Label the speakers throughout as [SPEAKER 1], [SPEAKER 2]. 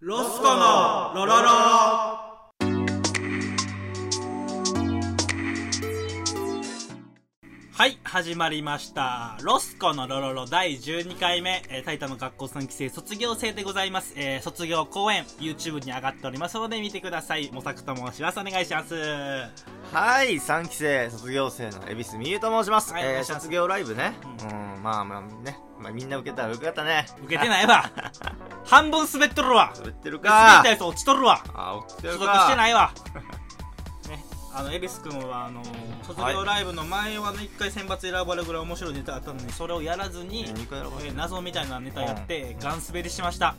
[SPEAKER 1] ロスコのロロロはい始まりましたロスコのロロロ第12回目、えー、埼玉学校3期生卒業生でございます、えー、卒業公演 YouTube に上がっておりますので見てください模索と申しますお願いします
[SPEAKER 2] はい3期生卒業生の恵比寿美優と申します、
[SPEAKER 1] はいお
[SPEAKER 2] え
[SPEAKER 1] 願い
[SPEAKER 2] ー
[SPEAKER 1] します
[SPEAKER 2] 卒業ライブね、うん、まあまあね、まあ、みんな受けたら受かったね
[SPEAKER 1] 受けてない わ半分滑っとるわ
[SPEAKER 2] 滑ってる
[SPEAKER 1] 滑っ
[SPEAKER 2] か
[SPEAKER 1] たやつ落ちとるわ
[SPEAKER 2] あ落ちて
[SPEAKER 1] 所
[SPEAKER 2] る
[SPEAKER 1] 属して
[SPEAKER 2] か
[SPEAKER 1] ないわ ねあの恵比寿君はあの卒業ライブの前はね一回選抜選ばれるぐらい面白いネタあったのにそれをやらずに、
[SPEAKER 2] 二回やろう
[SPEAKER 1] えー謎みたいなネタやって、ガン滑りしました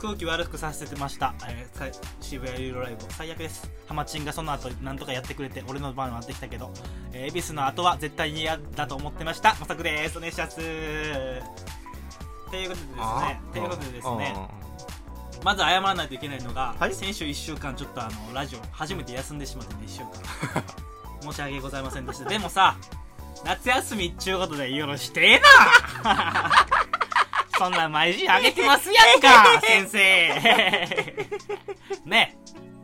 [SPEAKER 1] 空気悪くさせてました、えーさ渋谷ユーロライブ最悪ですハマチンがその後なんとかやってくれて俺の番はあってきたけどえー恵比寿の後は絶対に嫌だと思ってましたまさくですお願いしますということでですねということでですねまず謝らないといけないのが、
[SPEAKER 2] はい
[SPEAKER 1] 先週1週間ちょっとあのラジオ初めて休んでしまってね1週間申し訳ございませんでしたでもさ夏休みっちゅうことでよろしてえなそんなん毎日あげてますやんか先生ね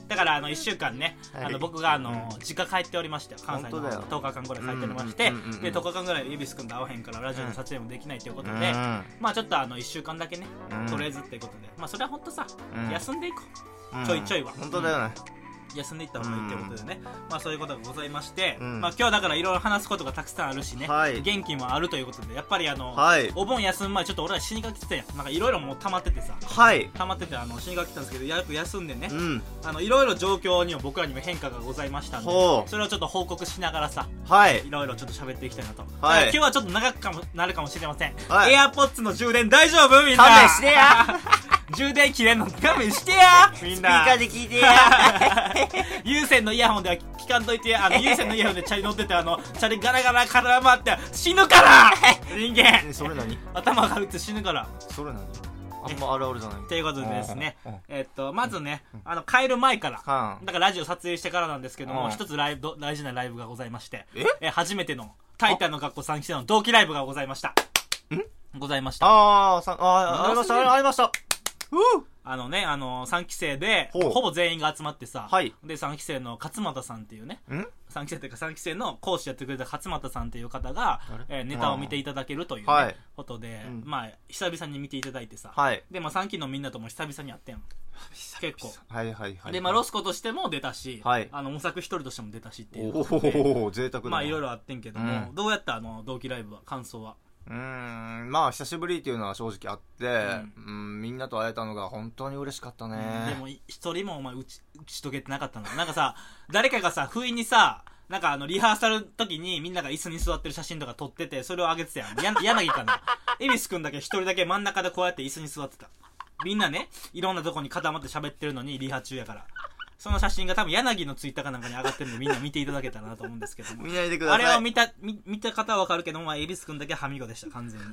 [SPEAKER 1] だからあの1週間ね、
[SPEAKER 2] はい
[SPEAKER 1] あの僕があの実家帰っておりましたよ関西の
[SPEAKER 2] 本当だよ
[SPEAKER 1] 10日間ぐらい帰っておりまして、
[SPEAKER 2] うんうんうんうん
[SPEAKER 1] で10日間ぐらい恵比寿君と会わへんからラジオの撮影もできないということで、まあちょっとあの1週間だけね、
[SPEAKER 2] うん
[SPEAKER 1] とりあえずっていうことでまあそれは本当さ、
[SPEAKER 2] うん
[SPEAKER 1] 休んでいこ
[SPEAKER 2] うん
[SPEAKER 1] ちょいちょいは
[SPEAKER 2] 本当だよね、
[SPEAKER 1] う休んでいった方がいいっていうことでね、まあそういうことがございまして、
[SPEAKER 2] うん
[SPEAKER 1] まあ今日だからいろいろ話すことがたくさんあるしね、
[SPEAKER 2] はい
[SPEAKER 1] 元気もあるということでやっぱりあの、
[SPEAKER 2] はい
[SPEAKER 1] お盆休む前ちょっと俺ら死にかけてたやんなんかいろいろもう溜まっててさ
[SPEAKER 2] はい
[SPEAKER 1] 溜まっててあの死にかけてたんですけどやっぱ休んでね
[SPEAKER 2] うん
[SPEAKER 1] あのいろいろ状況にも僕らにも変化がございましたんで
[SPEAKER 2] ほう
[SPEAKER 1] それをちょっと報告しながらさ
[SPEAKER 2] はい
[SPEAKER 1] いろいろちょっと喋っていきたいなと、
[SPEAKER 2] はい
[SPEAKER 1] じゃあ今日はちょっと長くかもなるかもしれません、
[SPEAKER 2] はい
[SPEAKER 1] AirPods の充電大丈夫みんな
[SPEAKER 2] 勘弁してや
[SPEAKER 1] 充電切れんの勘弁してやみん
[SPEAKER 2] スピー
[SPEAKER 1] な
[SPEAKER 2] カーで 聞いてや
[SPEAKER 1] 有線のイヤホンでは聞かんといてあの有線のイヤホンでチャリ乗っててあのチャリガラガラ絡まって死ぬから人間
[SPEAKER 2] ねそれ何
[SPEAKER 1] 頭が打って死ぬから
[SPEAKER 2] それ何あんまあるあるじゃない
[SPEAKER 1] ということでですね
[SPEAKER 2] うんうんうん
[SPEAKER 1] えっとまずねあの帰る前から
[SPEAKER 2] はん
[SPEAKER 1] だからラジオ撮影してからなんですけど
[SPEAKER 2] う
[SPEAKER 1] も
[SPEAKER 2] ん
[SPEAKER 1] 一つライブ大事なライブがございまして
[SPEAKER 2] え
[SPEAKER 1] え初めての「タイタンの学校3期生」の同期ライブがございましたございました
[SPEAKER 2] あーさあーありましたありましたうう
[SPEAKER 1] あのね、あの、3期生で、
[SPEAKER 2] ほう
[SPEAKER 1] ほぼ全員が集まってさ、
[SPEAKER 2] はい
[SPEAKER 1] で、3期生の勝俣さんっていうね、
[SPEAKER 2] ん
[SPEAKER 1] 3期生というか3期生の講師やってくれた勝俣さんっていう方が、えーネタを見ていただけるというね、
[SPEAKER 2] はい
[SPEAKER 1] ことで、
[SPEAKER 2] うん
[SPEAKER 1] まあ、久々に見ていただいてさ、
[SPEAKER 2] はい
[SPEAKER 1] で、まあ3期のみんなとも久々にやってん結構。
[SPEAKER 2] はいはいはい
[SPEAKER 1] で、まあ、ロスコとしても出たし、
[SPEAKER 2] はい
[SPEAKER 1] あの、模索一人としても出たしっていう
[SPEAKER 2] お
[SPEAKER 1] ことで、
[SPEAKER 2] お贅沢だな
[SPEAKER 1] まあ、いろいろあってんけども、
[SPEAKER 2] うん
[SPEAKER 1] どうやったあの、同期ライブは、感想は。
[SPEAKER 2] うーんまあ久しぶりっていうのは正直あって、うんみんなと会えたのが本当に嬉しかったね、
[SPEAKER 1] でもい一人もお前打ち打ち解けてなかったのなんかさ誰かがさ不意にさなんかあのリハーサルの時にみんなが椅子に座ってる写真とか撮っててそれを上げてたやんや柳かな恵比寿くんだけ一人だけ真ん中でこうやって椅子に座ってたみんなねいろんなとこに固まって喋ってるのにリハ中やからその写真が多分柳のツイッターかなんかに上がってるんでみんな見ていただけたらなと思うんですけども
[SPEAKER 2] 見ないでくだ
[SPEAKER 1] あ
[SPEAKER 2] さい
[SPEAKER 1] れを見た見見た方はわかるけどもまあ恵比寿くんだけはみごでした完全に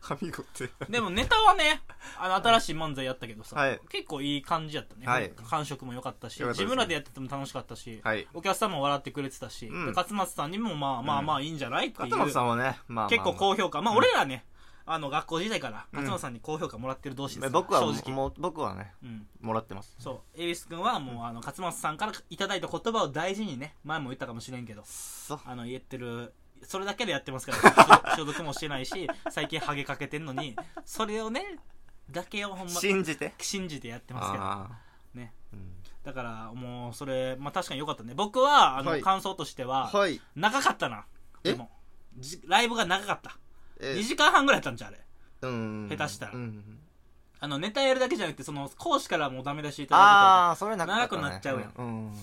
[SPEAKER 2] はみごって
[SPEAKER 1] でもネタはね、あの新しい漫才やったけどさ、
[SPEAKER 2] はい
[SPEAKER 1] 結構いい感じやったね。
[SPEAKER 2] はい
[SPEAKER 1] 感触も良かったし、
[SPEAKER 2] 良かった
[SPEAKER 1] 自
[SPEAKER 2] ですね
[SPEAKER 1] 分らでやってても楽しかったし、
[SPEAKER 2] はい
[SPEAKER 1] お客さんも笑ってくれてたし、
[SPEAKER 2] うん
[SPEAKER 1] で勝松さんにもまあまあまあいいんじゃないっていう、
[SPEAKER 2] 勝間さんはね、まあまあまあ
[SPEAKER 1] 結構高評価。まあ
[SPEAKER 2] うん
[SPEAKER 1] 俺らね、あの学校時代から
[SPEAKER 2] ん
[SPEAKER 1] 勝松さんに高評価もらってる同士ですよ、
[SPEAKER 2] 僕は
[SPEAKER 1] 正直。
[SPEAKER 2] もう僕はね
[SPEAKER 1] うん
[SPEAKER 2] もらってます
[SPEAKER 1] そう、恵比寿君はもう、あの、勝松さんからいただいた言葉を大事にね、前も言ったかもしれんけど、
[SPEAKER 2] そう
[SPEAKER 1] あの、言ってる、それだけでやってます から、所属もしてないし、最近ハゲかけてんのに、それをね、だけをほんま、
[SPEAKER 2] 信じて
[SPEAKER 1] 信じてやってますけど
[SPEAKER 2] あ
[SPEAKER 1] ね
[SPEAKER 2] ーうん
[SPEAKER 1] だからもうそれまあ確かに良かったね僕はあの、
[SPEAKER 2] はい
[SPEAKER 1] 感想としては、
[SPEAKER 2] はい
[SPEAKER 1] 長かったな
[SPEAKER 2] え
[SPEAKER 1] でもじライブが長かった
[SPEAKER 2] え
[SPEAKER 1] 2時間半ぐらいやったんじゃうあれ
[SPEAKER 2] うん
[SPEAKER 1] 下手したら
[SPEAKER 2] うん
[SPEAKER 1] あのネタやるだけじゃなくてその講師からもダメ出しいただくとか
[SPEAKER 2] ああそれなかたね
[SPEAKER 1] 長くなっちゃうやん
[SPEAKER 2] うん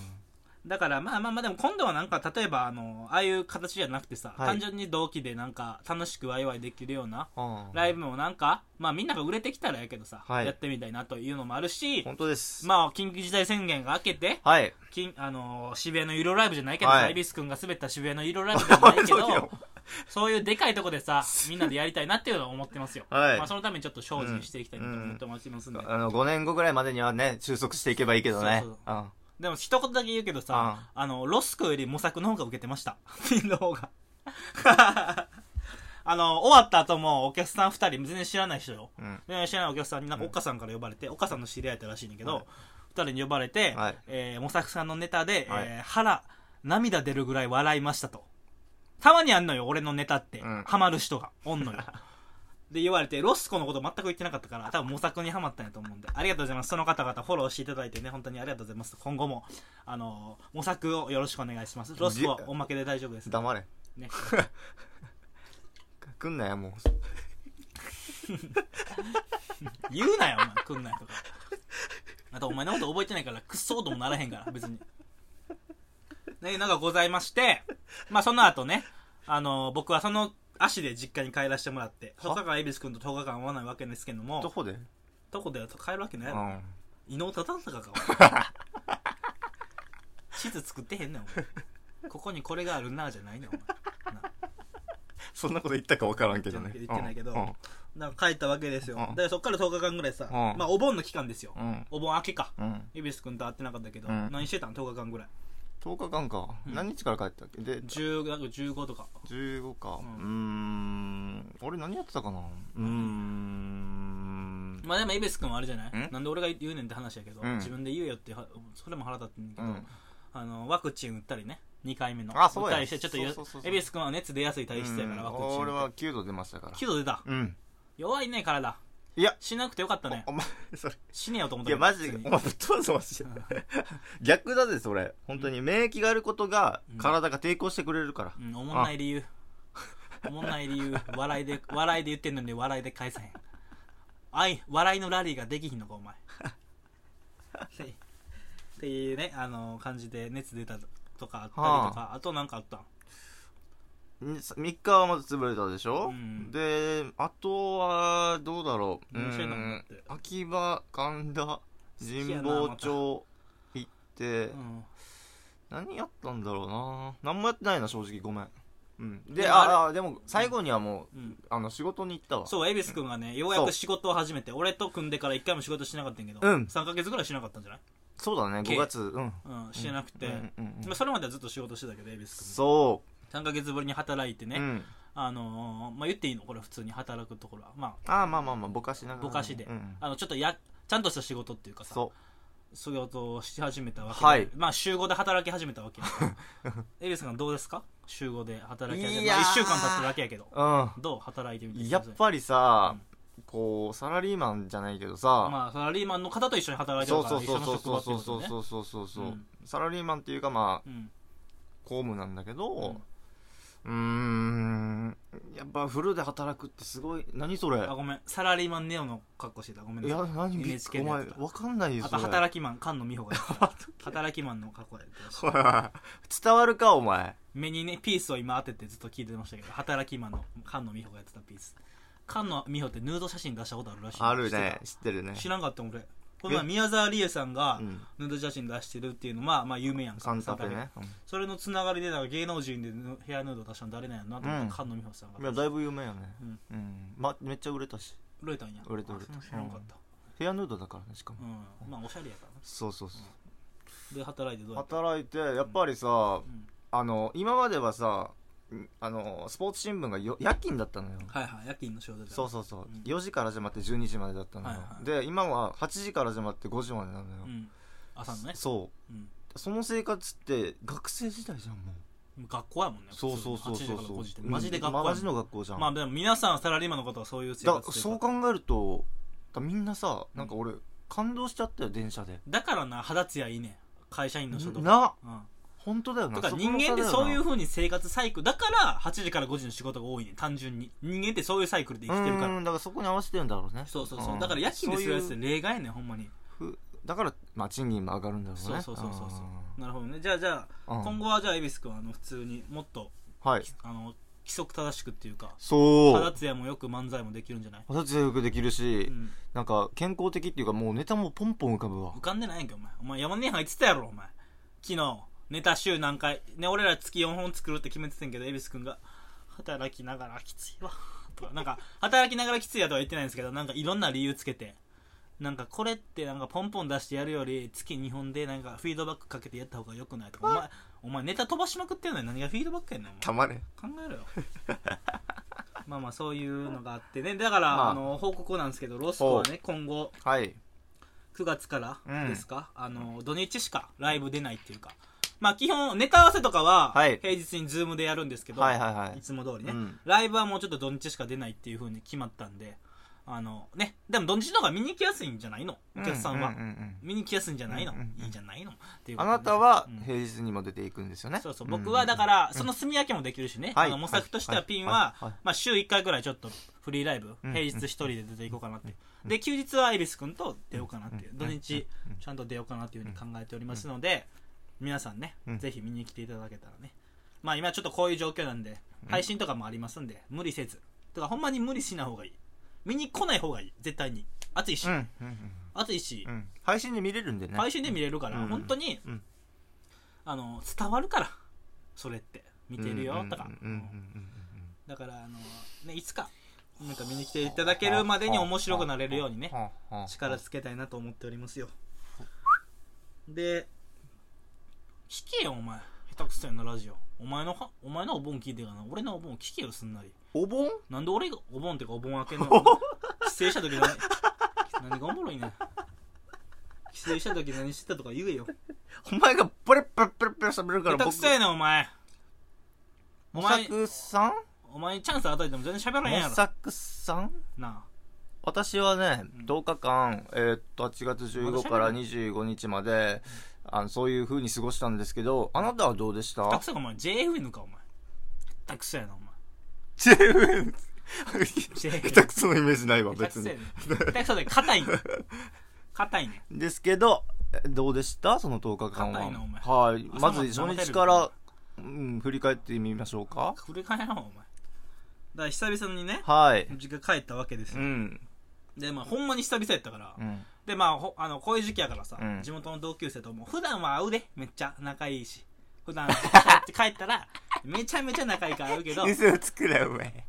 [SPEAKER 1] だからまあまあまあでも今度はなんか例えばあのああいう形じゃなくてさ、
[SPEAKER 2] はい
[SPEAKER 1] 単純に同期でなんか楽しくワイワイできるような
[SPEAKER 2] うん
[SPEAKER 1] ライブもなんかまあみんなが売れてきたらやけどさ、
[SPEAKER 2] はい
[SPEAKER 1] やってみたいなというのもあるし
[SPEAKER 2] 本当です
[SPEAKER 1] まあ緊急事態宣言が明けて
[SPEAKER 2] はい
[SPEAKER 1] 金あのー渋谷のユーロライブじゃないけどさ、
[SPEAKER 2] はい
[SPEAKER 1] 恵比寿君が滑った渋谷のユーロライブじゃないけ
[SPEAKER 2] そう
[SPEAKER 1] ど
[SPEAKER 2] よ、
[SPEAKER 1] そういうでかいとこでさ、みんなでやりたいなっていうのは思ってますよ。
[SPEAKER 2] はい
[SPEAKER 1] まあ、そのためにちょっと精進していきたいなと思ってお待ちますんで。
[SPEAKER 2] あの5年後ぐらいまでにはね収束していけばいいけどね
[SPEAKER 1] そう
[SPEAKER 2] うんあ
[SPEAKER 1] でも一言だけ言うけどさ、あの、ロスコより模索の方が受けてました。の方が。 あの、終わった後もお客さん二人、全然知らない人よ。
[SPEAKER 2] うん。
[SPEAKER 1] 全然知らないお客さんに、なんか、
[SPEAKER 2] うん
[SPEAKER 1] おっかさんから呼ばれて、おっかさんの知り合いだったらしいんだけ
[SPEAKER 2] はい
[SPEAKER 1] ど、二、人に呼ばれて、
[SPEAKER 2] はい
[SPEAKER 1] えー、もさくさんのネタで、
[SPEAKER 2] はい
[SPEAKER 1] えー腹、涙出るぐらい笑いましたと。たまにあんのよ、俺のネタって。
[SPEAKER 2] うん
[SPEAKER 1] ハマる人が、おんの よ。で、言われて、ロスコのこと全く言ってなかったから、多分模索にはまったんやと思うんで、ありがとうございます。その方々フォローしていただいてね、本当にありがとうございます。今後も、あの模索をよろしくお願いします。ロスコはおまけで大丈夫です。
[SPEAKER 2] 黙れ。
[SPEAKER 1] ね。
[SPEAKER 2] 来んなよ、もう。
[SPEAKER 1] 言うなよ、お前、来んなよとか。あと、お前のこと覚えてないから、くっそうともならへんから、別に。ね、なんかございまして、まあ、その後ね、あの僕はその足で実家に帰らせてもらって、
[SPEAKER 2] は
[SPEAKER 1] 十日間、恵比寿君と10日間会わないわけですけど
[SPEAKER 2] ど
[SPEAKER 1] も、
[SPEAKER 2] こでうん。
[SPEAKER 1] どこで帰るわけないやろ。
[SPEAKER 2] あ
[SPEAKER 1] 伊能忠敬かお前地図作ってへんねんお前ここにこれがあるなじゃないねんお前
[SPEAKER 2] そんなこと言ったか分からんけどね。
[SPEAKER 1] 言ってないけど
[SPEAKER 2] うんうん
[SPEAKER 1] なんか帰ったわけですよ
[SPEAKER 2] うん
[SPEAKER 1] でそっから10日間ぐらいさ、
[SPEAKER 2] うん
[SPEAKER 1] まあお盆の期間ですよ、
[SPEAKER 2] うん。
[SPEAKER 1] お盆明けか
[SPEAKER 2] うん。
[SPEAKER 1] 恵比寿君と会ってなかったけど、
[SPEAKER 2] うん
[SPEAKER 1] 何してたん10日間ぐらい
[SPEAKER 2] 10日間か。
[SPEAKER 1] うん
[SPEAKER 2] 何日から帰ったっけで、
[SPEAKER 1] 10なんか15とか
[SPEAKER 2] 15か。
[SPEAKER 1] う
[SPEAKER 2] う
[SPEAKER 1] ん
[SPEAKER 2] ーん。俺何やってたかなうーん。
[SPEAKER 1] まあでも恵比寿君はあれじゃない、
[SPEAKER 2] うん
[SPEAKER 1] なんで俺が言うねんって話やけど、
[SPEAKER 2] うん
[SPEAKER 1] 自分で言えよってはそれも腹立ってんねんけ
[SPEAKER 2] う
[SPEAKER 1] ど、
[SPEAKER 2] ん。
[SPEAKER 1] あのワクチン打ったりね2回目の
[SPEAKER 2] あそうや
[SPEAKER 1] 打ったりしてちょっとゆ
[SPEAKER 2] そうそうそうそう
[SPEAKER 1] 恵比寿君は熱出やすい体質やからワクチン打って
[SPEAKER 2] うん俺は9度出ましたから。
[SPEAKER 1] 9度出た
[SPEAKER 2] うん。
[SPEAKER 1] 弱いね体
[SPEAKER 2] いや、
[SPEAKER 1] しなくてよかったね
[SPEAKER 2] おお前、それ。
[SPEAKER 1] 死ねよと思った
[SPEAKER 2] いや、
[SPEAKER 1] けど普
[SPEAKER 2] マジで
[SPEAKER 1] 通、に
[SPEAKER 2] お前ぶっ飛ばすマジで。 逆だぜ、それ。本当に、免疫があることが
[SPEAKER 1] うん、
[SPEAKER 2] 体が抵抗してくれるから。
[SPEAKER 1] うん、おもんない理由。 おもんない理由。笑いで、笑いで言ってんのに笑いで返さへん。あい、笑いのラリーができひんのか、お 前。せいっていうね、あの感じで熱出たとかあったりとか、
[SPEAKER 2] は
[SPEAKER 1] あ、となんかあったん
[SPEAKER 2] に3日はまず潰れたでしょ、
[SPEAKER 1] うん
[SPEAKER 2] で、あとは、どうだろう。
[SPEAKER 1] 面白いな
[SPEAKER 2] う
[SPEAKER 1] 思っ
[SPEAKER 2] ん
[SPEAKER 1] て
[SPEAKER 2] 秋葉、神田、
[SPEAKER 1] きや
[SPEAKER 2] 神
[SPEAKER 1] な
[SPEAKER 2] 保町行って、
[SPEAKER 1] うん。
[SPEAKER 2] 何やったんだろうな何もやってないな、正直。ごめん。うん。
[SPEAKER 1] で
[SPEAKER 2] で、
[SPEAKER 1] も
[SPEAKER 2] ああ、でも、最後にはもう、
[SPEAKER 1] うん、
[SPEAKER 2] あの、仕事に行ったわ。
[SPEAKER 1] そう、恵比寿君がね、ようや
[SPEAKER 2] そ
[SPEAKER 1] く
[SPEAKER 2] う
[SPEAKER 1] 仕事を始めて、俺と組んでから一回も仕事してなかったんやけど、
[SPEAKER 2] うん
[SPEAKER 1] 3ヶ月ぐらいしなかったんじゃない
[SPEAKER 2] そうだね、
[SPEAKER 1] け
[SPEAKER 2] 5月。うん。
[SPEAKER 1] うん、してなくて、
[SPEAKER 2] うんうんうん
[SPEAKER 1] まあそれまではずっと仕事してたけど、恵比寿君も。
[SPEAKER 2] そ
[SPEAKER 1] 3ヶ月ぶりに働いて
[SPEAKER 2] う。
[SPEAKER 1] ね、
[SPEAKER 2] うん。
[SPEAKER 1] あのーまあ、言っていいのこれ普通に働くところは。まあ、
[SPEAKER 2] ああ、まあまあまあ、ぼかしながらね。
[SPEAKER 1] ぼかしで
[SPEAKER 2] うん
[SPEAKER 1] あのちょっとやちゃんとした仕事っていうかさ
[SPEAKER 2] そ
[SPEAKER 1] 仕事をし始めたわけで、
[SPEAKER 2] はい
[SPEAKER 1] まあ週5で働き始めたわけや エリスさんどうですか週5で働き始め
[SPEAKER 2] い
[SPEAKER 1] た、
[SPEAKER 2] やー
[SPEAKER 1] まあ、1週間経ってるだけやけど
[SPEAKER 2] う。うん。
[SPEAKER 1] どう働いてみて
[SPEAKER 2] やっぱりさ、こう、サラリーマンじゃないけどさ、
[SPEAKER 1] まあサラリーマンの方と一緒に働いて
[SPEAKER 2] そ
[SPEAKER 1] る
[SPEAKER 2] う
[SPEAKER 1] か
[SPEAKER 2] そ
[SPEAKER 1] ら
[SPEAKER 2] う
[SPEAKER 1] 一
[SPEAKER 2] そ
[SPEAKER 1] 緒
[SPEAKER 2] う
[SPEAKER 1] の
[SPEAKER 2] そう
[SPEAKER 1] 職場
[SPEAKER 2] そう
[SPEAKER 1] ってい
[SPEAKER 2] そ
[SPEAKER 1] ことね
[SPEAKER 2] ううそうそうそうそうそう、
[SPEAKER 1] うん
[SPEAKER 2] サラリーマンっていうかまあ、
[SPEAKER 1] うん
[SPEAKER 2] 公務なんだけど、うーん、やっぱフルで働くってすごい、何それ
[SPEAKER 1] あごめんサラリーマンネオの格好してたごめん
[SPEAKER 2] い
[SPEAKER 1] な
[SPEAKER 2] や
[SPEAKER 1] さ、
[SPEAKER 2] 何びっ
[SPEAKER 1] NHK
[SPEAKER 2] お
[SPEAKER 1] の
[SPEAKER 2] 前
[SPEAKER 1] やつだ、
[SPEAKER 2] わかんない
[SPEAKER 1] い
[SPEAKER 2] よ、
[SPEAKER 1] あと
[SPEAKER 2] それ。
[SPEAKER 1] 働きマン菅野美穂がやってた働きマンの格好やってました
[SPEAKER 2] 伝わるか、お前。
[SPEAKER 1] 目にねピースを今当ててずっと聞いてましたけど働きマンの菅野美穂がやってたピース菅野美穂ってヌード写真出したことあるらしい
[SPEAKER 2] あるね、知ってるね。
[SPEAKER 1] 知らんかった俺この前宮沢りえさんが
[SPEAKER 2] うん。
[SPEAKER 1] ヌード写真出してるっていうのまあまあ有名やんか
[SPEAKER 2] サンタペね。
[SPEAKER 1] それのつながりでなんか芸能人でぬヘアヌード出したの誰なんやろなと思ったら菅野美穂さん
[SPEAKER 2] うんいや、
[SPEAKER 1] が
[SPEAKER 2] だいぶ有名やね。
[SPEAKER 1] う
[SPEAKER 2] うんん。ま、めっちゃ売れたし。
[SPEAKER 1] 売れたんや
[SPEAKER 2] 売れた売れた
[SPEAKER 1] あそう知らんかった
[SPEAKER 2] ヘアヌードだからね、しかも。
[SPEAKER 1] うんまあおしゃれやからな
[SPEAKER 2] そうそうそう。
[SPEAKER 1] で働いてどうやった
[SPEAKER 2] 働いてやっぱりさ、
[SPEAKER 1] うん
[SPEAKER 2] あの今まではさんあのスポーツ新聞がよ夜勤だったのよ
[SPEAKER 1] はいはい夜勤の仕事で
[SPEAKER 2] そうそうそう、
[SPEAKER 1] うん
[SPEAKER 2] 4時から始まって12時までだったのよ、
[SPEAKER 1] はいはい
[SPEAKER 2] で今は8時から始まって5時までなのよ、
[SPEAKER 1] ん朝のね
[SPEAKER 2] そ
[SPEAKER 1] うん
[SPEAKER 2] うその生活って学生時代じゃんもう
[SPEAKER 1] 学校やもんね
[SPEAKER 2] そうそうそう
[SPEAKER 1] 普通
[SPEAKER 2] そ
[SPEAKER 1] に8時か
[SPEAKER 2] う
[SPEAKER 1] ら
[SPEAKER 2] そ
[SPEAKER 1] 5
[SPEAKER 2] う
[SPEAKER 1] 時ってマジで学校やも
[SPEAKER 2] うんマ
[SPEAKER 1] ん
[SPEAKER 2] ジの学校じゃん、
[SPEAKER 1] まあでも皆さんサラリーマンの方はそういう生
[SPEAKER 2] だ
[SPEAKER 1] 活というか
[SPEAKER 2] そう考えるとだみんなさなんか俺、感動しちゃったよ電車で
[SPEAKER 1] だからな肌ツヤいいね会社員の人とか
[SPEAKER 2] な
[SPEAKER 1] うん
[SPEAKER 2] 本当だよな
[SPEAKER 1] とか
[SPEAKER 2] そこ
[SPEAKER 1] 人
[SPEAKER 2] の差
[SPEAKER 1] 間
[SPEAKER 2] だ
[SPEAKER 1] って
[SPEAKER 2] よな
[SPEAKER 1] そういう風に生活サイクルだから8時から5時の仕事が多いね単純に人間ってそういうサイクルで生きてるか
[SPEAKER 2] う
[SPEAKER 1] ら
[SPEAKER 2] んだからそこに合わせてるんだろうね
[SPEAKER 1] そうそうそう、
[SPEAKER 2] ん
[SPEAKER 1] だから夜勤でするやつ
[SPEAKER 2] そういう
[SPEAKER 1] 例外やねんほんまに
[SPEAKER 2] ふだから、まあ、賃金も上がるんだろうね
[SPEAKER 1] そうそうそうそうそうなるほどねじゃあじゃあ、
[SPEAKER 2] うん
[SPEAKER 1] 今後はじゃあ恵比寿君はあの普通にもっと
[SPEAKER 2] はい
[SPEAKER 1] あの規則正しくっていうか
[SPEAKER 2] そ
[SPEAKER 1] 肌
[SPEAKER 2] う
[SPEAKER 1] ツヤもよく漫才もできるんじゃない、
[SPEAKER 2] 肌つやよくできるし、
[SPEAKER 1] うん、
[SPEAKER 2] なんか健康的っていうかもうネタもポンポン浮かぶわ
[SPEAKER 1] 浮かんでないやんけお前お前山根入ってたやろお前昨日ネタ週何回ね俺ら月4本作るって決めてたんやけど恵比寿君が働きながらきついわとかなんか働きながらきついやとは言ってないんですけどなんかいろんな理由つけてなんかこれってなんかポンポン出してやるより月2本でなんかフィードバックかけてやった方がよくないとかお前お前ネタ飛ばしまくってんのに何がフィードバックやねんお前
[SPEAKER 2] まれ
[SPEAKER 1] 考えろよまあまあそういうのがあってねだから、
[SPEAKER 2] まあ
[SPEAKER 1] あ、の報告なんですけどロスコはね今後
[SPEAKER 2] はい。
[SPEAKER 1] 9月か
[SPEAKER 2] うん
[SPEAKER 1] らですか、あの土日しかライブ出ないっていうかまあ基本ネタ合わせとかは
[SPEAKER 2] はい
[SPEAKER 1] 平日にズームでやるんですけど、
[SPEAKER 2] はいはいはい
[SPEAKER 1] いつも通りね、
[SPEAKER 2] うん
[SPEAKER 1] ライブはもうちょっと土日しか出ないっていう風に決まったんであのねでも土日の方が見に来やすいんじゃないのお客さんは、
[SPEAKER 2] ううううん
[SPEAKER 1] 見に来やすいんじゃないの、
[SPEAKER 2] うんうんうん
[SPEAKER 1] いいじゃないのっていうこ
[SPEAKER 2] あ
[SPEAKER 1] とで
[SPEAKER 2] なたは
[SPEAKER 1] うん
[SPEAKER 2] 平日にも出ていくんですよね。
[SPEAKER 1] そうそう僕はだからその住み分けもできるしね、
[SPEAKER 2] はい
[SPEAKER 1] あの模索としては
[SPEAKER 2] はい
[SPEAKER 1] ピンは
[SPEAKER 2] はいはい
[SPEAKER 1] まあ週1回ぐらいちょっとフリーライブ
[SPEAKER 2] うん
[SPEAKER 1] 平日一人で出ていこうかなって
[SPEAKER 2] うん
[SPEAKER 1] で休日は恵比寿君と出ようかなっていう
[SPEAKER 2] うん
[SPEAKER 1] 土日
[SPEAKER 2] うん
[SPEAKER 1] ちゃんと出ようかなっていうふうに考えておりますので皆さんね
[SPEAKER 2] うん
[SPEAKER 1] ぜひ見に来ていただけたらねまあ今ちょっとこういう状況なんで
[SPEAKER 2] うん
[SPEAKER 1] 配信とかもありますんで無理せずとかほんまに無理しない方がいい見に来ない方がいい絶対に暑いし
[SPEAKER 2] うんうんうん
[SPEAKER 1] 暑いし
[SPEAKER 2] うんうん配信で見れるんでね。
[SPEAKER 1] 配信で見れるから
[SPEAKER 2] うん
[SPEAKER 1] 本当に
[SPEAKER 2] うん
[SPEAKER 1] あの伝わるからそれって見てるよとか
[SPEAKER 2] うんうんうん
[SPEAKER 1] だからあの、ね、いつかなんか見に来ていただけるまでに面白くなれるようにね
[SPEAKER 2] うんうんうんうん
[SPEAKER 1] 力つけたいなと思っておりますよで聞けよお前下手くそやなラジオお前のはお前のお盆聞いてるからな俺のお盆聞けよすんなり
[SPEAKER 2] お盆
[SPEAKER 1] なんで俺がお盆っていうかお盆明け の帰省した時何何がおもろいねん帰省した時何してたとか言えよ
[SPEAKER 2] お前がプレプレプレプレ喋るか
[SPEAKER 1] 下
[SPEAKER 2] ら
[SPEAKER 1] 手くそやねんお前お
[SPEAKER 2] も
[SPEAKER 1] 前
[SPEAKER 2] さくさん
[SPEAKER 1] お前にチャンス与えても全然喋らへんや
[SPEAKER 2] も
[SPEAKER 1] ろ
[SPEAKER 2] さくさん
[SPEAKER 1] な
[SPEAKER 2] 私はね、
[SPEAKER 1] うん
[SPEAKER 2] 10日間、えーっと、8月15から25日まで、あのそういう風に過ごしたんですけど、あなたはどうでし
[SPEAKER 1] あ下手
[SPEAKER 2] た
[SPEAKER 1] くそかお前 JFN かお前下手くそやなお前
[SPEAKER 2] ?JFN。
[SPEAKER 1] JFN
[SPEAKER 2] 下手くそのイメージないわ、
[SPEAKER 1] 下手
[SPEAKER 2] 別
[SPEAKER 1] くそや
[SPEAKER 2] に
[SPEAKER 1] ね。下手くそで硬いね硬いね
[SPEAKER 2] ですけど、えどうでしたその10日間
[SPEAKER 1] 硬いなお前
[SPEAKER 2] は。はい。
[SPEAKER 1] 朝ま
[SPEAKER 2] ま
[SPEAKER 1] で
[SPEAKER 2] ず初日か
[SPEAKER 1] 生テレ
[SPEAKER 2] ら、うん、振り返ってみましょうか。
[SPEAKER 1] これかやろお前だから久々にね
[SPEAKER 2] はい。
[SPEAKER 1] 実家帰ったわけです
[SPEAKER 2] う
[SPEAKER 1] よ、
[SPEAKER 2] ん。
[SPEAKER 1] でまあほんまに久々やったから、
[SPEAKER 2] うん。
[SPEAKER 1] でまあほあのこういう時期やからさ、
[SPEAKER 2] うん
[SPEAKER 1] 地元の同級生とも普段は会うでめっちゃ仲いいし普 段帰って帰ったらめちゃめちゃ仲いいから会うけど、
[SPEAKER 2] 嘘つくな、お前。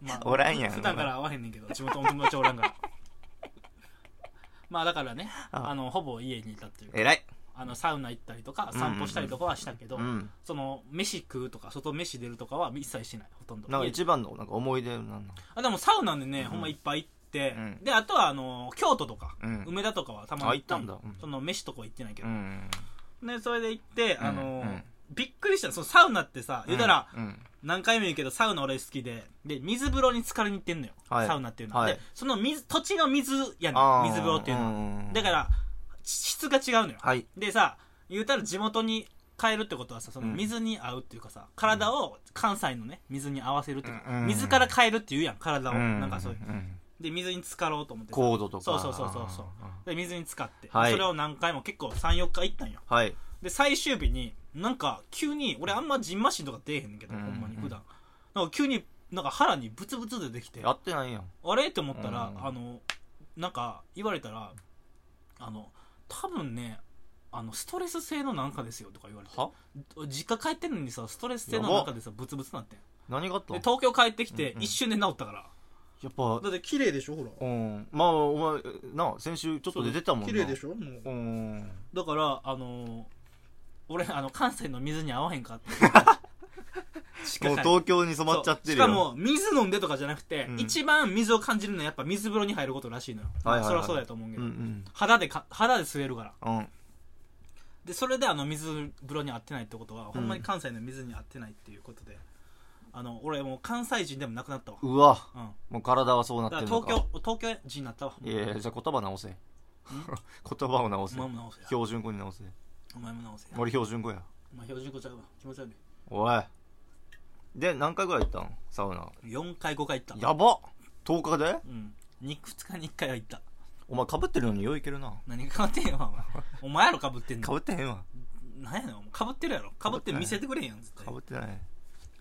[SPEAKER 1] まあ、
[SPEAKER 2] おらんやん
[SPEAKER 1] 普段から会わへんねんけど地元の友達おらんからまあだからね
[SPEAKER 2] あ
[SPEAKER 1] あのほぼ家にいたっていうか
[SPEAKER 2] 偉い。
[SPEAKER 1] あのサウナ行ったりとか散歩したりとかはしたけど、
[SPEAKER 2] うん。
[SPEAKER 1] その飯食うとか外飯出るとかは一切しないほとんど
[SPEAKER 2] なんか
[SPEAKER 1] 家で
[SPEAKER 2] 一番の、なんか思い出なんの
[SPEAKER 1] あでもサウナでね、
[SPEAKER 2] うん
[SPEAKER 1] ほんまいっぱい行って、
[SPEAKER 2] うん
[SPEAKER 1] であとはあの京都とか、
[SPEAKER 2] うん
[SPEAKER 1] 梅田とかはたまに
[SPEAKER 2] あ行ったんだうん
[SPEAKER 1] その飯とか行ってないけ
[SPEAKER 2] う
[SPEAKER 1] ど、
[SPEAKER 2] ん。
[SPEAKER 1] でそれで行って、
[SPEAKER 2] ん
[SPEAKER 1] あの
[SPEAKER 2] うん
[SPEAKER 1] びっくりしたそのサウナってさ言うたら、
[SPEAKER 2] うん。
[SPEAKER 1] 何回も言うけどサウナ俺好きでで水風呂に浸かりに行ってんのよ、
[SPEAKER 2] はい
[SPEAKER 1] サウナっていうのは、
[SPEAKER 2] はい
[SPEAKER 1] でその水土地の水やね
[SPEAKER 2] あ
[SPEAKER 1] ん
[SPEAKER 2] ー
[SPEAKER 1] 水風呂っていうのは、
[SPEAKER 2] ん
[SPEAKER 1] だから質が違うのよ、
[SPEAKER 2] はい。
[SPEAKER 1] でさ言うたら地元に帰るってことはさその
[SPEAKER 2] うん
[SPEAKER 1] 水に合うっていうかさ、体を関西のね水に合わせるっていうか、
[SPEAKER 2] うん
[SPEAKER 1] 水から変えるっていうやん体を、
[SPEAKER 2] うん
[SPEAKER 1] なんかそういうで水に浸かろうと思ってさ
[SPEAKER 2] コードとか。
[SPEAKER 1] そうそうそうそうそう
[SPEAKER 2] う
[SPEAKER 1] で水に浸かって、
[SPEAKER 2] はい
[SPEAKER 1] それを何回も結構34日行ったんよ
[SPEAKER 2] ん。はい。
[SPEAKER 1] で最終日になんか急に俺あんまじんましんとか出えへんねんけど、
[SPEAKER 2] うん
[SPEAKER 1] ほんまに普段なんか急になんか腹にブツブツ出てきて
[SPEAKER 2] やってないやん。
[SPEAKER 1] あれって思ったら、
[SPEAKER 2] うん
[SPEAKER 1] あのなんか言われたらあの多分ねあのストレス性のなんかですよとか言われて
[SPEAKER 2] は
[SPEAKER 1] 実家帰ってんのにさストレス性の
[SPEAKER 2] やば
[SPEAKER 1] なんかでさブツブツなってん
[SPEAKER 2] 何があった
[SPEAKER 1] で
[SPEAKER 2] や
[SPEAKER 1] 東京帰ってきて
[SPEAKER 2] うん
[SPEAKER 1] 一瞬で治ったから、
[SPEAKER 2] っぱ、
[SPEAKER 1] だって綺麗でしょほら
[SPEAKER 2] うん。まあ、お前、な、先週ちょっと出てたもんな。
[SPEAKER 1] 綺麗で
[SPEAKER 2] ょ。
[SPEAKER 1] しょもう
[SPEAKER 2] うん。
[SPEAKER 1] だからあのー俺あの関西の水に合わへんかってし
[SPEAKER 2] も
[SPEAKER 1] そ
[SPEAKER 2] う
[SPEAKER 1] う
[SPEAKER 2] 東京に染まっちゃってる
[SPEAKER 1] し
[SPEAKER 2] よ。
[SPEAKER 1] かも水飲んでとかじゃなくて、
[SPEAKER 2] うん
[SPEAKER 1] 一番水を感じるのはやっぱ水風呂に入ることらしいのよ、
[SPEAKER 2] はいはいはい
[SPEAKER 1] そりゃそうやと思うけ
[SPEAKER 2] う
[SPEAKER 1] ど、
[SPEAKER 2] ん
[SPEAKER 1] 肌でか肌で吸えるから
[SPEAKER 2] うん。うん。
[SPEAKER 1] でそれであの水風呂に合ってないってことは、ほんまに関西の水に合ってないっていうことであの俺もう関西人でもなくなったわ、
[SPEAKER 2] うわ、
[SPEAKER 1] うん、
[SPEAKER 2] もう体はそうなっ
[SPEAKER 1] だから
[SPEAKER 2] てるの
[SPEAKER 1] 東
[SPEAKER 2] か。
[SPEAKER 1] 京東京人になったわ
[SPEAKER 2] いやいや、じゃあ言葉直せ。 言葉を直
[SPEAKER 1] お
[SPEAKER 2] せ。
[SPEAKER 1] 前も直せや
[SPEAKER 2] 標準語に直せ。
[SPEAKER 1] お前も直せや
[SPEAKER 2] 俺標準語や。
[SPEAKER 1] お前標準語ちゃうわ気持ち悪
[SPEAKER 2] おい。で、何回ぐらい行ったんサウナ。
[SPEAKER 1] い4回5回行った
[SPEAKER 2] やば !10 日で
[SPEAKER 1] うん2日に1回は行った
[SPEAKER 2] お前被ってるのによういけるな。
[SPEAKER 1] 何がかぶってんよお前お前やろかぶってんの
[SPEAKER 2] 被ってへんわ。
[SPEAKER 1] 何やねんお前かぶってるやろかぶって見せてくれへんやん絶
[SPEAKER 2] 被
[SPEAKER 1] 対
[SPEAKER 2] ってない。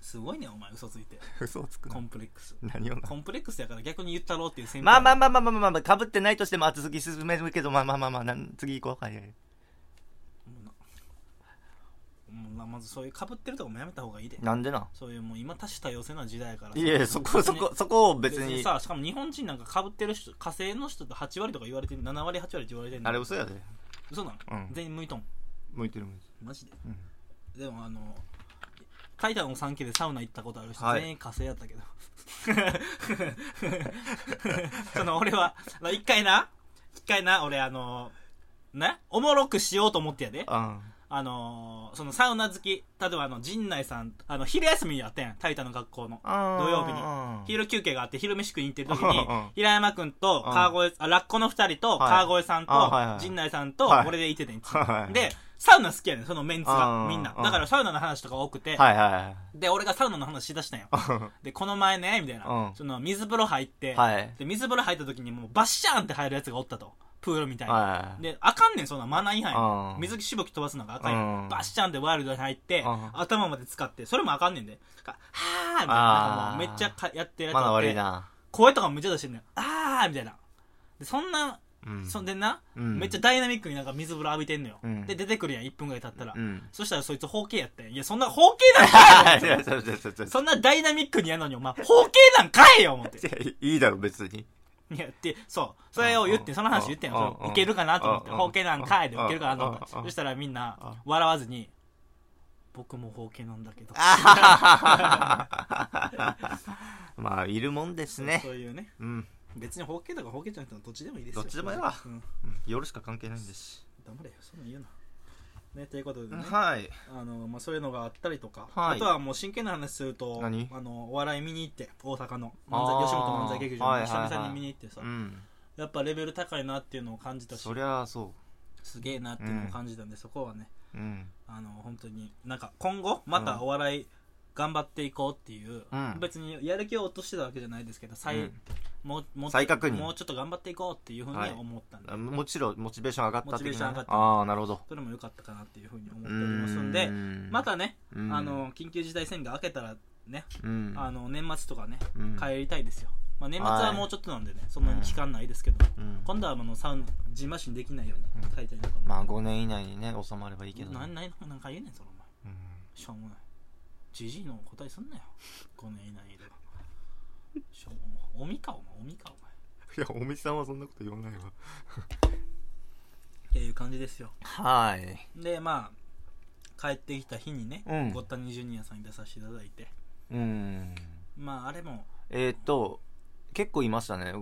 [SPEAKER 1] すごいねお前嘘ついて
[SPEAKER 2] 嘘をつく
[SPEAKER 1] コ
[SPEAKER 2] な。
[SPEAKER 1] ンプレックス
[SPEAKER 2] 何をな
[SPEAKER 1] コ。ンプレックスやから逆に言ったろうっていう先輩
[SPEAKER 2] まあまあまあまあまあまあまあ、かぶってないとしても後続進めるけど、まあまあまあまあ、なん次行こう。はいはい。
[SPEAKER 1] もうなもうなまずそういうかぶってるとかもやめた方がいいで
[SPEAKER 2] なんでな。
[SPEAKER 1] そういうもう今多種多様性な時代やから
[SPEAKER 2] いやいや、そこ、そこ、そこを別に。
[SPEAKER 1] さしかも日本人なんかかぶってる人火星の人と8割とか言われてる7割8割って言われてる
[SPEAKER 2] あれ嘘やで。
[SPEAKER 1] 嘘なの、
[SPEAKER 2] うん
[SPEAKER 1] 全員向いとん
[SPEAKER 2] 向いてる向いて
[SPEAKER 1] マジで
[SPEAKER 2] る。
[SPEAKER 1] でもあの階段を3期でサウナ行ったことある人、
[SPEAKER 2] はい
[SPEAKER 1] 全員火星やったけど。 その俺は、あの一回な、一回な、俺あの、ね、おもろくしようと思ってやで。
[SPEAKER 2] うん。
[SPEAKER 1] あのーそのサウナ好き、例えばあの、陣内さん、あの、昼休みやってん、タイタの学校の。
[SPEAKER 2] 土
[SPEAKER 1] 曜日に
[SPEAKER 2] に。
[SPEAKER 1] 昼休憩があって昼飯食いに行ってる時
[SPEAKER 2] うんうん
[SPEAKER 1] に、平山くんと川越、あ、ラッコの二人と、
[SPEAKER 2] はい
[SPEAKER 1] 川越さんと
[SPEAKER 2] あはいは、い
[SPEAKER 1] 陣内さんと
[SPEAKER 2] は、い
[SPEAKER 1] 俺で行っててんち
[SPEAKER 2] はい
[SPEAKER 1] で、サウナ好きやねん、そのメンツ
[SPEAKER 2] う
[SPEAKER 1] が、
[SPEAKER 2] ん
[SPEAKER 1] みんな
[SPEAKER 2] う。ん
[SPEAKER 1] だからサウナの話とか多くて、
[SPEAKER 2] はいは
[SPEAKER 1] で、俺がサウナの話しだしたんよ。で、この前ね、みたいな
[SPEAKER 2] う。ん
[SPEAKER 1] その、水風呂入って
[SPEAKER 2] い。、はい。
[SPEAKER 1] で、水風呂入った時にもうバッシャーンって入るやつがおったと。プールみたいな。
[SPEAKER 2] はい。
[SPEAKER 1] で、あかんねん、そんなマナー違反やねん
[SPEAKER 2] うん
[SPEAKER 1] 水しぶき飛ばすのがあかんやん
[SPEAKER 2] うん
[SPEAKER 1] バッシャンでワイルドに入って
[SPEAKER 2] うん、
[SPEAKER 1] 頭まで使って、それもあかんねんで。かはーみたいな。なんか
[SPEAKER 2] あー
[SPEAKER 1] もうめっちゃかやってるやつ
[SPEAKER 2] まだ
[SPEAKER 1] がおっ
[SPEAKER 2] 悪
[SPEAKER 1] て
[SPEAKER 2] いな。
[SPEAKER 1] 声とかもめっちゃ出してんのよ。あーみたいな。で、そんな、
[SPEAKER 2] うん
[SPEAKER 1] そんでな、
[SPEAKER 2] うん
[SPEAKER 1] めっちゃダイナミックになんか水風呂浴びてんのよ。
[SPEAKER 2] うん
[SPEAKER 1] で、出てくるやん、1分ぐらい経ったら。
[SPEAKER 2] うん。
[SPEAKER 1] そしたらそいつ包茎やってん。いや、そんな包茎なんかい
[SPEAKER 2] い
[SPEAKER 1] よ思っ
[SPEAKER 2] や、ちょちょちょちょ
[SPEAKER 1] てそんなダイナミックにやのに、お前、包茎なんかいよ思って。
[SPEAKER 2] いやいいだろ、別に。
[SPEAKER 1] いや、って、そう。それを言っ
[SPEAKER 2] う
[SPEAKER 1] て、
[SPEAKER 2] ん
[SPEAKER 1] その話言ってん
[SPEAKER 2] うん
[SPEAKER 1] よ。
[SPEAKER 2] うん
[SPEAKER 1] いけるかなと思って、
[SPEAKER 2] うん
[SPEAKER 1] 包茎なんかいで
[SPEAKER 2] うん
[SPEAKER 1] いけるかなと思って。
[SPEAKER 2] うん
[SPEAKER 1] そしたらみん
[SPEAKER 2] う、
[SPEAKER 1] なん笑わずに、僕も包茎なんだけど。
[SPEAKER 2] まあ、いるもんですね
[SPEAKER 1] そ。ういうね。
[SPEAKER 2] うん。
[SPEAKER 1] 別に包茎とか包茎じゃなくてもどっちでもいいですよ。
[SPEAKER 2] どっちでもいいわ
[SPEAKER 1] うん。
[SPEAKER 2] 夜しか関係ないんです。
[SPEAKER 1] 黙れよ、そんなん言うな。ね、ということでね。
[SPEAKER 2] はい。
[SPEAKER 1] あのまあ、そういうのがあったりとか、
[SPEAKER 2] はい
[SPEAKER 1] あとはもう真剣な話すると
[SPEAKER 2] 何
[SPEAKER 1] あのお笑い見に行って大阪の
[SPEAKER 2] あ
[SPEAKER 1] 漫才
[SPEAKER 2] ー
[SPEAKER 1] 吉本漫才劇場
[SPEAKER 2] はい
[SPEAKER 1] に
[SPEAKER 2] はいはい
[SPEAKER 1] 久々に見に行ってさ、
[SPEAKER 2] うん。
[SPEAKER 1] やっぱレベル高いなっていうのを感じたし
[SPEAKER 2] そりゃあそ
[SPEAKER 1] すげえなっていうのを感じたんで、そこはね
[SPEAKER 2] う。うん。
[SPEAKER 1] あの本当になんか今後またお笑い頑張っていこうっていう、
[SPEAKER 2] うん
[SPEAKER 1] 別にやる気を落としてたわけじゃないですけど再,、
[SPEAKER 2] うん
[SPEAKER 1] もうもう
[SPEAKER 2] 再確認
[SPEAKER 1] もうちょっと頑張っていこうっていうふうに
[SPEAKER 2] はい
[SPEAKER 1] 思ったんで、
[SPEAKER 2] あもちろん、モチベーション上がった
[SPEAKER 1] モチベーション上がった
[SPEAKER 2] ああ、なるほど。
[SPEAKER 1] それも良かったかなっていうふうに思っておりますんで
[SPEAKER 2] うん
[SPEAKER 1] ま、たね、
[SPEAKER 2] うん
[SPEAKER 1] あ、の緊急事態宣言明けたらね
[SPEAKER 2] うん。
[SPEAKER 1] あの年末とかね
[SPEAKER 2] うん
[SPEAKER 1] 帰りたいですよ、まあ、年末はもうちょっとなんでね、そんなに期間ないですけど、
[SPEAKER 2] うん
[SPEAKER 1] 今度はあのサウナジンマシンできないように書いたりとかも、
[SPEAKER 2] まあ、5年以内にね、収まればいいけどね。
[SPEAKER 1] 何何何か言うねんそのお前
[SPEAKER 2] うん
[SPEAKER 1] しょうもないじじいの答えすんなよ5年以内でしょうもおみかお前おみかお前っ
[SPEAKER 2] いや、おみさんはそんなこと言わないわ。
[SPEAKER 1] ていう感じですよ
[SPEAKER 2] はい。
[SPEAKER 1] でまあ帰ってきた日にね、
[SPEAKER 2] うん
[SPEAKER 1] ごったにジュニアさんに出させていただいて
[SPEAKER 2] うん。
[SPEAKER 1] まああれも
[SPEAKER 2] えーっと、結構いましたね。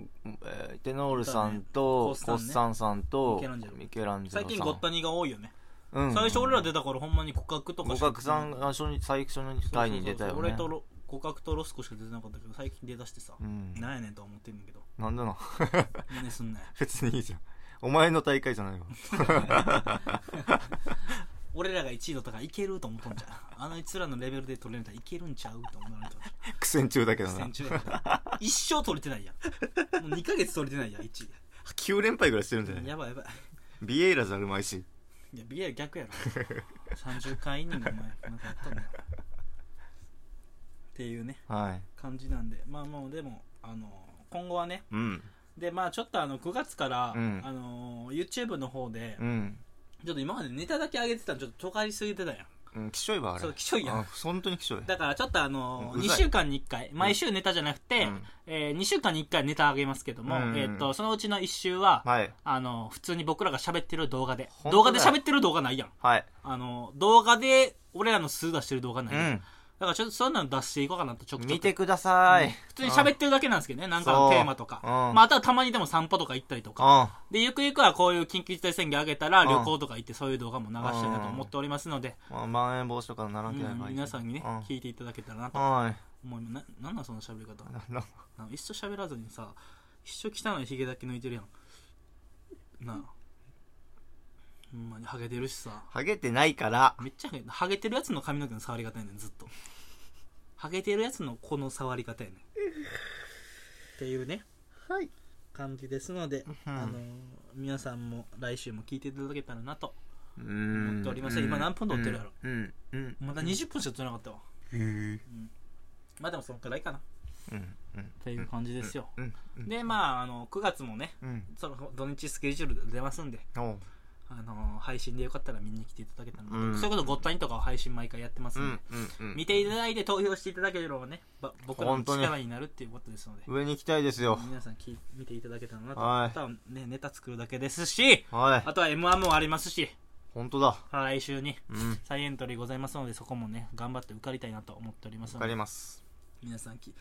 [SPEAKER 2] えーテノールさんと、
[SPEAKER 1] いたね
[SPEAKER 2] コッサンさんと、
[SPEAKER 1] ミケランジェロ
[SPEAKER 2] ミケランジェロさん。
[SPEAKER 1] 最近ごったにが多いよね、
[SPEAKER 2] うん
[SPEAKER 1] 最初俺ら出た頃ほんまに互角とか
[SPEAKER 2] 五
[SPEAKER 1] しか
[SPEAKER 2] 角さんが初に最初の台に出た
[SPEAKER 1] そうそう
[SPEAKER 2] よ
[SPEAKER 1] そう俺
[SPEAKER 2] ね
[SPEAKER 1] とロ互角とロスコしか出てなかったけど最近出だしてさ、
[SPEAKER 2] うん
[SPEAKER 1] なんやねんとは思ってんだけど
[SPEAKER 2] なんでな
[SPEAKER 1] 真似すんなよ
[SPEAKER 2] 別にいいじゃんお前の大会じゃないわ
[SPEAKER 1] 俺らが1位だったからいけると思ったんじゃんあのいつらのレベルで取れるんだらいけるんちゃうと思われた
[SPEAKER 2] 苦戦中だけど
[SPEAKER 1] 苦
[SPEAKER 2] な
[SPEAKER 1] 戦中やから一生取れてないやんもう2ヶ月取れてないやん1
[SPEAKER 2] 9連敗ぐらいしてるんじゃ
[SPEAKER 1] 位
[SPEAKER 2] ない
[SPEAKER 1] やばいやばい
[SPEAKER 2] ビエイラじゃあるまいし
[SPEAKER 1] いやビエル逆やろ30回イニングお前なんかやったんだよっていうね
[SPEAKER 2] はい
[SPEAKER 1] 感じなんでまあもうでもあの今後はね
[SPEAKER 2] うん
[SPEAKER 1] でまあちょっとあの9月から、
[SPEAKER 2] うん
[SPEAKER 1] あの YouTube の方で、
[SPEAKER 2] うん
[SPEAKER 1] ちょっと今までネタだけ上げてたのちょっと尖りすぎてたやん
[SPEAKER 2] うんきしょいわあれ
[SPEAKER 1] そうきしょいやん
[SPEAKER 2] あ本当にきしょい
[SPEAKER 1] だからちょっとあの
[SPEAKER 2] うんう
[SPEAKER 1] 2
[SPEAKER 2] ざい
[SPEAKER 1] 週間に1回毎週ネタじゃなくて、
[SPEAKER 2] うん
[SPEAKER 1] え2週間に1回ネタ上げますけども、
[SPEAKER 2] うん
[SPEAKER 1] えー、とそのうちの1週は、
[SPEAKER 2] はい
[SPEAKER 1] あの普通に僕らが喋ってる動画で
[SPEAKER 2] 本
[SPEAKER 1] 動
[SPEAKER 2] 当だ
[SPEAKER 1] 画
[SPEAKER 2] よ
[SPEAKER 1] で喋ってる動画ないやん
[SPEAKER 2] はい
[SPEAKER 1] あの動画で俺らの素出してる動画な
[SPEAKER 2] う
[SPEAKER 1] いやん、だ
[SPEAKER 2] ん
[SPEAKER 1] からちょっとそういうの出していこうかなとちょくちょく
[SPEAKER 2] 見てください
[SPEAKER 1] 普通に喋ってるだけなんですけどねなんか
[SPEAKER 2] そ
[SPEAKER 1] の
[SPEAKER 2] う
[SPEAKER 1] テーマとか、
[SPEAKER 2] うん
[SPEAKER 1] まあ、あとはたまにでも散歩とか行ったりとか
[SPEAKER 2] うん
[SPEAKER 1] でゆくゆくはこういう緊急事態宣言上げたら
[SPEAKER 2] うん
[SPEAKER 1] 旅行とか行ってそういう動画も流したいなと思っておりますので、
[SPEAKER 2] まあまん延防止とかならんけ
[SPEAKER 1] う
[SPEAKER 2] ない
[SPEAKER 1] ん皆さんにね、
[SPEAKER 2] うん
[SPEAKER 1] 聞いていただけたらなと
[SPEAKER 2] は
[SPEAKER 1] 思いますななんなんその喋り方
[SPEAKER 2] いなな
[SPEAKER 1] な一緒喋らずにさ一緒汚いひげだけ抜いてるやんなあほんまにハゲてるしさ
[SPEAKER 2] ハゲてないから
[SPEAKER 1] めっちゃハゲハゲてるやつの髪の毛の触り方やねんずっとハゲてるやつのこの触り方やねんっていうね
[SPEAKER 2] はい
[SPEAKER 1] 感じですので、
[SPEAKER 2] うん
[SPEAKER 1] あのー皆さんも来週も聞いていただけたらなと
[SPEAKER 2] 思
[SPEAKER 1] っておりません今何分撮ってるやろ
[SPEAKER 2] うんうん
[SPEAKER 1] まだ20分しか撮れなかったわ
[SPEAKER 2] へえ
[SPEAKER 1] まあでもそのくらいかなっ
[SPEAKER 2] うんうん
[SPEAKER 1] ていう感じですよ
[SPEAKER 2] うんうん
[SPEAKER 1] でまああの9月もね
[SPEAKER 2] うん
[SPEAKER 1] その土日スケジュールで出ますんで
[SPEAKER 2] おう
[SPEAKER 1] あのー配信でよかったら見に来ていただけたらなと、
[SPEAKER 2] うん
[SPEAKER 1] そういうことごったにとかを配信毎回やってます
[SPEAKER 2] うん
[SPEAKER 1] で、
[SPEAKER 2] うんうん
[SPEAKER 1] 見ていただいて投票していただければねば僕らの
[SPEAKER 2] 本当に
[SPEAKER 1] 力になるっていうことですので
[SPEAKER 2] 上に行きたいですよ
[SPEAKER 1] 皆さん聞い見ていただけたらなと、
[SPEAKER 2] はい
[SPEAKER 1] あとはねネタ作るだけですし
[SPEAKER 2] はい
[SPEAKER 1] あとは m 1もありますし
[SPEAKER 2] 本当だ
[SPEAKER 1] 来週に
[SPEAKER 2] うん
[SPEAKER 1] 再エントリーございますのでそこもね頑張って受かりたいなと思っておりますの
[SPEAKER 2] わか
[SPEAKER 1] で
[SPEAKER 2] ります
[SPEAKER 1] 皆さんき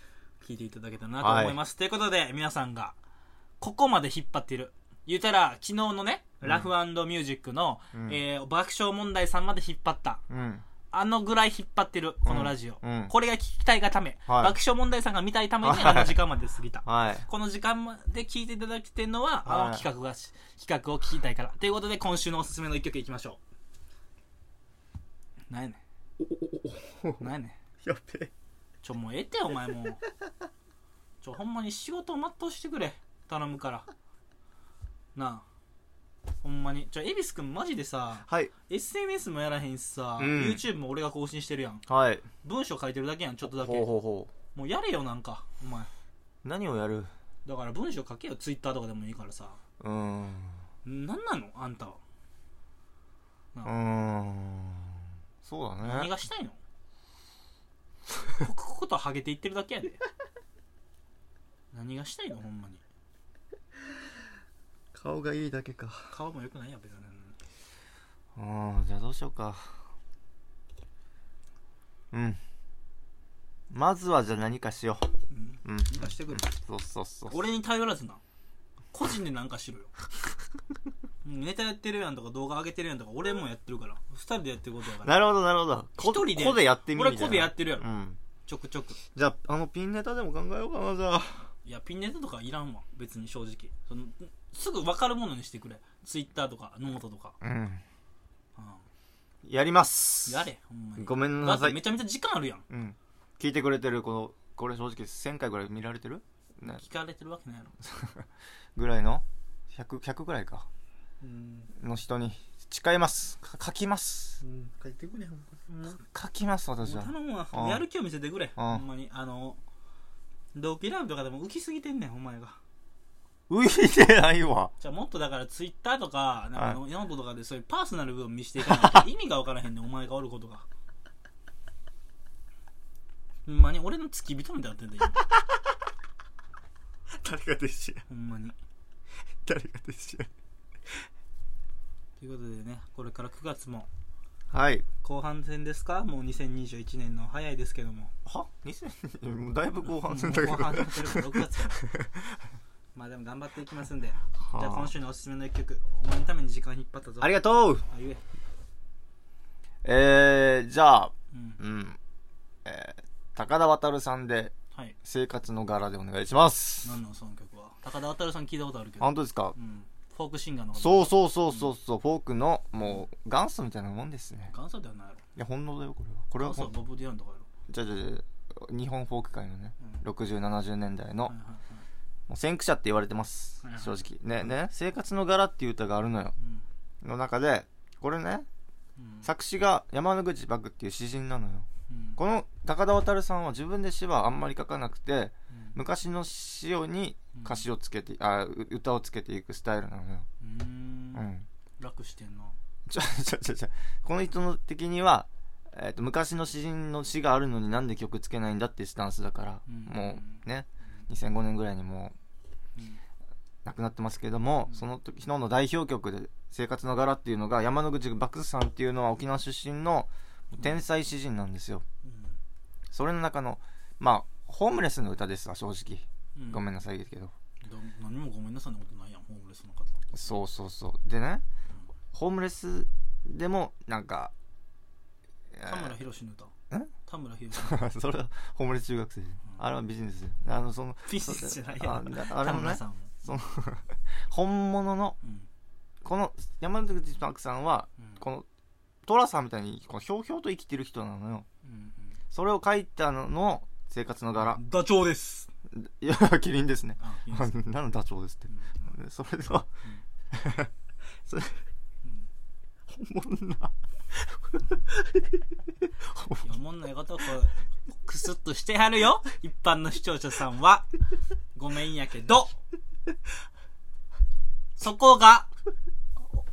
[SPEAKER 1] 聞いていただけたらなと思います、ということで皆さんがここまで引っ張っている言うたら昨日のね、
[SPEAKER 2] うん
[SPEAKER 1] ラフミュージックの、
[SPEAKER 2] うん
[SPEAKER 1] えー爆笑問題さんまで引っ張った
[SPEAKER 2] うん
[SPEAKER 1] あのぐらい引っ張ってるこのラジオ、
[SPEAKER 2] うんうん
[SPEAKER 1] これが聞きたいがため、
[SPEAKER 2] はい
[SPEAKER 1] 爆笑問題さんが見たいために
[SPEAKER 2] は
[SPEAKER 1] あ
[SPEAKER 2] い
[SPEAKER 1] の時間まで過ぎた、
[SPEAKER 2] はい
[SPEAKER 1] この時間まで聞いていただいてるのは、
[SPEAKER 2] はい
[SPEAKER 1] あの企画がし企画を聞きたいからということで今週のおすすめの一曲いきましょうなんやねんなんやねん
[SPEAKER 2] やべえ
[SPEAKER 1] ちょもうええってお前もうちょほんまに仕事を全うしてくれ頼むからなあほんまにちょ恵比寿君マジでさ
[SPEAKER 2] はい
[SPEAKER 1] SNS もやらへんしさ、
[SPEAKER 2] うん
[SPEAKER 1] YouTube も俺が更新してるやん
[SPEAKER 2] はい
[SPEAKER 1] 文章書いてるだけやんちょっとだけ
[SPEAKER 2] ほうほうほ
[SPEAKER 1] もうやれよなんかお前
[SPEAKER 2] う何をやる
[SPEAKER 1] だから文章書けよ Twitter とかでもいいからさ
[SPEAKER 2] うーんう
[SPEAKER 1] なんなのあんたは
[SPEAKER 2] ーんそうだ
[SPEAKER 1] 何
[SPEAKER 2] ね
[SPEAKER 1] がしたいの 刻々とハゲていってるだけやで何がしたいのほんまに
[SPEAKER 2] 顔がいいだけか
[SPEAKER 1] 顔も良くないや別に
[SPEAKER 2] うんじゃあどうしようかうんまずはじゃあ何かしよ
[SPEAKER 1] うん
[SPEAKER 2] ううん
[SPEAKER 1] 何かしてくれ
[SPEAKER 2] そうそうそう
[SPEAKER 1] 俺に頼らずな個人で何かしろよ うんネタやってるやんとか動画上げてるやんとか俺もやってるから二人でやってることだから
[SPEAKER 2] なるほどなるほどこ
[SPEAKER 1] 一人で
[SPEAKER 2] こでやってみる
[SPEAKER 1] 俺個でやってるやろ、
[SPEAKER 2] うん
[SPEAKER 1] ちょくちょく
[SPEAKER 2] じゃああのピンネタでも考えようかなじゃあ
[SPEAKER 1] いやピンネタとかいらんわ別に正直そのすぐ分かるものにしてくれツイッターとかノートとか、
[SPEAKER 2] うん
[SPEAKER 1] うん
[SPEAKER 2] やります
[SPEAKER 1] やれほんまに
[SPEAKER 2] ごめん
[SPEAKER 1] だ
[SPEAKER 2] な
[SPEAKER 1] って
[SPEAKER 2] さ
[SPEAKER 1] め
[SPEAKER 2] い
[SPEAKER 1] ちゃめちゃ時間あるやん
[SPEAKER 2] うん聞いてくれてるこのこれ正直1000回ぐらい見られてるね
[SPEAKER 1] 聞かれてるわけないやろ
[SPEAKER 2] ぐらいの 100, 100ぐらいか
[SPEAKER 1] うん
[SPEAKER 2] の人に誓いますか書きます
[SPEAKER 1] 書いてくれほんまに
[SPEAKER 2] 書きます私は
[SPEAKER 1] 頼むわ
[SPEAKER 2] うん
[SPEAKER 1] やる気を見せてくれ
[SPEAKER 2] うん
[SPEAKER 1] ほんまにあの同期ライブとかでも浮きすぎてんねんお前が
[SPEAKER 2] 浮いてないわ
[SPEAKER 1] じゃあもっとだからツイッターとかなんか
[SPEAKER 2] は
[SPEAKER 1] ノートとかでそういうパーソナル部分見せていか ないと意味が分からへんねんお前がおることがほんまに俺の付き人みたいになってんだよ今
[SPEAKER 2] 誰が弟子
[SPEAKER 1] ほんまに
[SPEAKER 2] 誰が弟子
[SPEAKER 1] ということでねこれから9月も
[SPEAKER 2] はい
[SPEAKER 1] 後半戦ですかもう2021年の早いですけども
[SPEAKER 2] は2000もうだいぶ後半戦だけ
[SPEAKER 1] もう
[SPEAKER 2] ど
[SPEAKER 1] 後半戦ってるから6月から まあでも頑張っていきますんでじゃあ今週のおすすめの一曲お前のために時間引っ張ったぞ
[SPEAKER 2] ありがとう
[SPEAKER 1] あゆえ
[SPEAKER 2] えー、じゃあ
[SPEAKER 1] うん
[SPEAKER 2] うんえー、高田渉さんで
[SPEAKER 1] はい
[SPEAKER 2] 生活の柄でお願いします
[SPEAKER 1] 何のその曲は高田渉さん聞いたことあるけど
[SPEAKER 2] 本当ですか
[SPEAKER 1] うんフォークシンガーの
[SPEAKER 2] そうそうそうそうそうフォークのもう元祖みたいなもんですね
[SPEAKER 1] 元祖ではないやろ
[SPEAKER 2] いや本能だよこれはこれは
[SPEAKER 1] 元祖
[SPEAKER 2] ほ
[SPEAKER 1] は
[SPEAKER 2] ん
[SPEAKER 1] ボブ・ディランとかやろ
[SPEAKER 2] じゃあじゃあじゃあ日本フォーク界のね
[SPEAKER 1] うん
[SPEAKER 2] 6070年代の
[SPEAKER 1] はいはいはい
[SPEAKER 2] もう先駆者って言われてます
[SPEAKER 1] はいはい
[SPEAKER 2] 正直ねね「生活の柄」っていう歌があるのよ
[SPEAKER 1] うん
[SPEAKER 2] の中でこれね
[SPEAKER 1] うん
[SPEAKER 2] 作詞が山口漠っていう詩人なのよ
[SPEAKER 1] うん
[SPEAKER 2] この高田渉さんは自分で詩はあんまり書かなくて
[SPEAKER 1] うん
[SPEAKER 2] 昔の詩をに歌詞をつけてあう歌をつけていくスタイルなのよ
[SPEAKER 1] う
[SPEAKER 2] うんん
[SPEAKER 1] 楽してんな
[SPEAKER 2] ちょちょちょちょこの人の的には、えー、と昔の詩人の詩があるのになんで曲つけないんだっていうスタンスだから、
[SPEAKER 1] うん
[SPEAKER 2] もうね2005年ぐらいにも
[SPEAKER 1] うん
[SPEAKER 2] う亡くなってますけれども、
[SPEAKER 1] うん
[SPEAKER 2] その時昨日の代表曲で「生活の柄」っていうのが山之口漠さんっていうのは沖縄出身の天才詩人なんですよそれの中のまあホームレスの歌ですわ正直
[SPEAKER 1] うんうん
[SPEAKER 2] ごめんなさいけど、
[SPEAKER 1] ど何もごめんなさいなことないやんホームレスの方
[SPEAKER 2] そうそうそうでねホームレスでもなんか、えー
[SPEAKER 1] 田村宏の歌
[SPEAKER 2] え
[SPEAKER 1] 田村宏
[SPEAKER 2] それはホームレス中学生あれはビジネスあのその
[SPEAKER 1] ビジネスじゃないや
[SPEAKER 2] あ
[SPEAKER 1] ん
[SPEAKER 2] だあれ
[SPEAKER 1] 田
[SPEAKER 2] も
[SPEAKER 1] 村
[SPEAKER 2] ね
[SPEAKER 1] さんも
[SPEAKER 2] その本物の
[SPEAKER 1] うん
[SPEAKER 2] この山口パークさんは
[SPEAKER 1] うん
[SPEAKER 2] この寅さんみたいにこうひょうひょうと生きてる人なのよ
[SPEAKER 1] うん
[SPEAKER 2] それを書いたのの生活の柄
[SPEAKER 1] うんダチョウです
[SPEAKER 2] いやキリンですね
[SPEAKER 1] あいいです
[SPEAKER 2] 何のダチョウですって
[SPEAKER 1] う
[SPEAKER 2] それでは
[SPEAKER 1] んうん
[SPEAKER 2] 本物な
[SPEAKER 1] いやおもんないことをこうクスッとしてはるよ一般の視聴者さんはごめんやけどそこが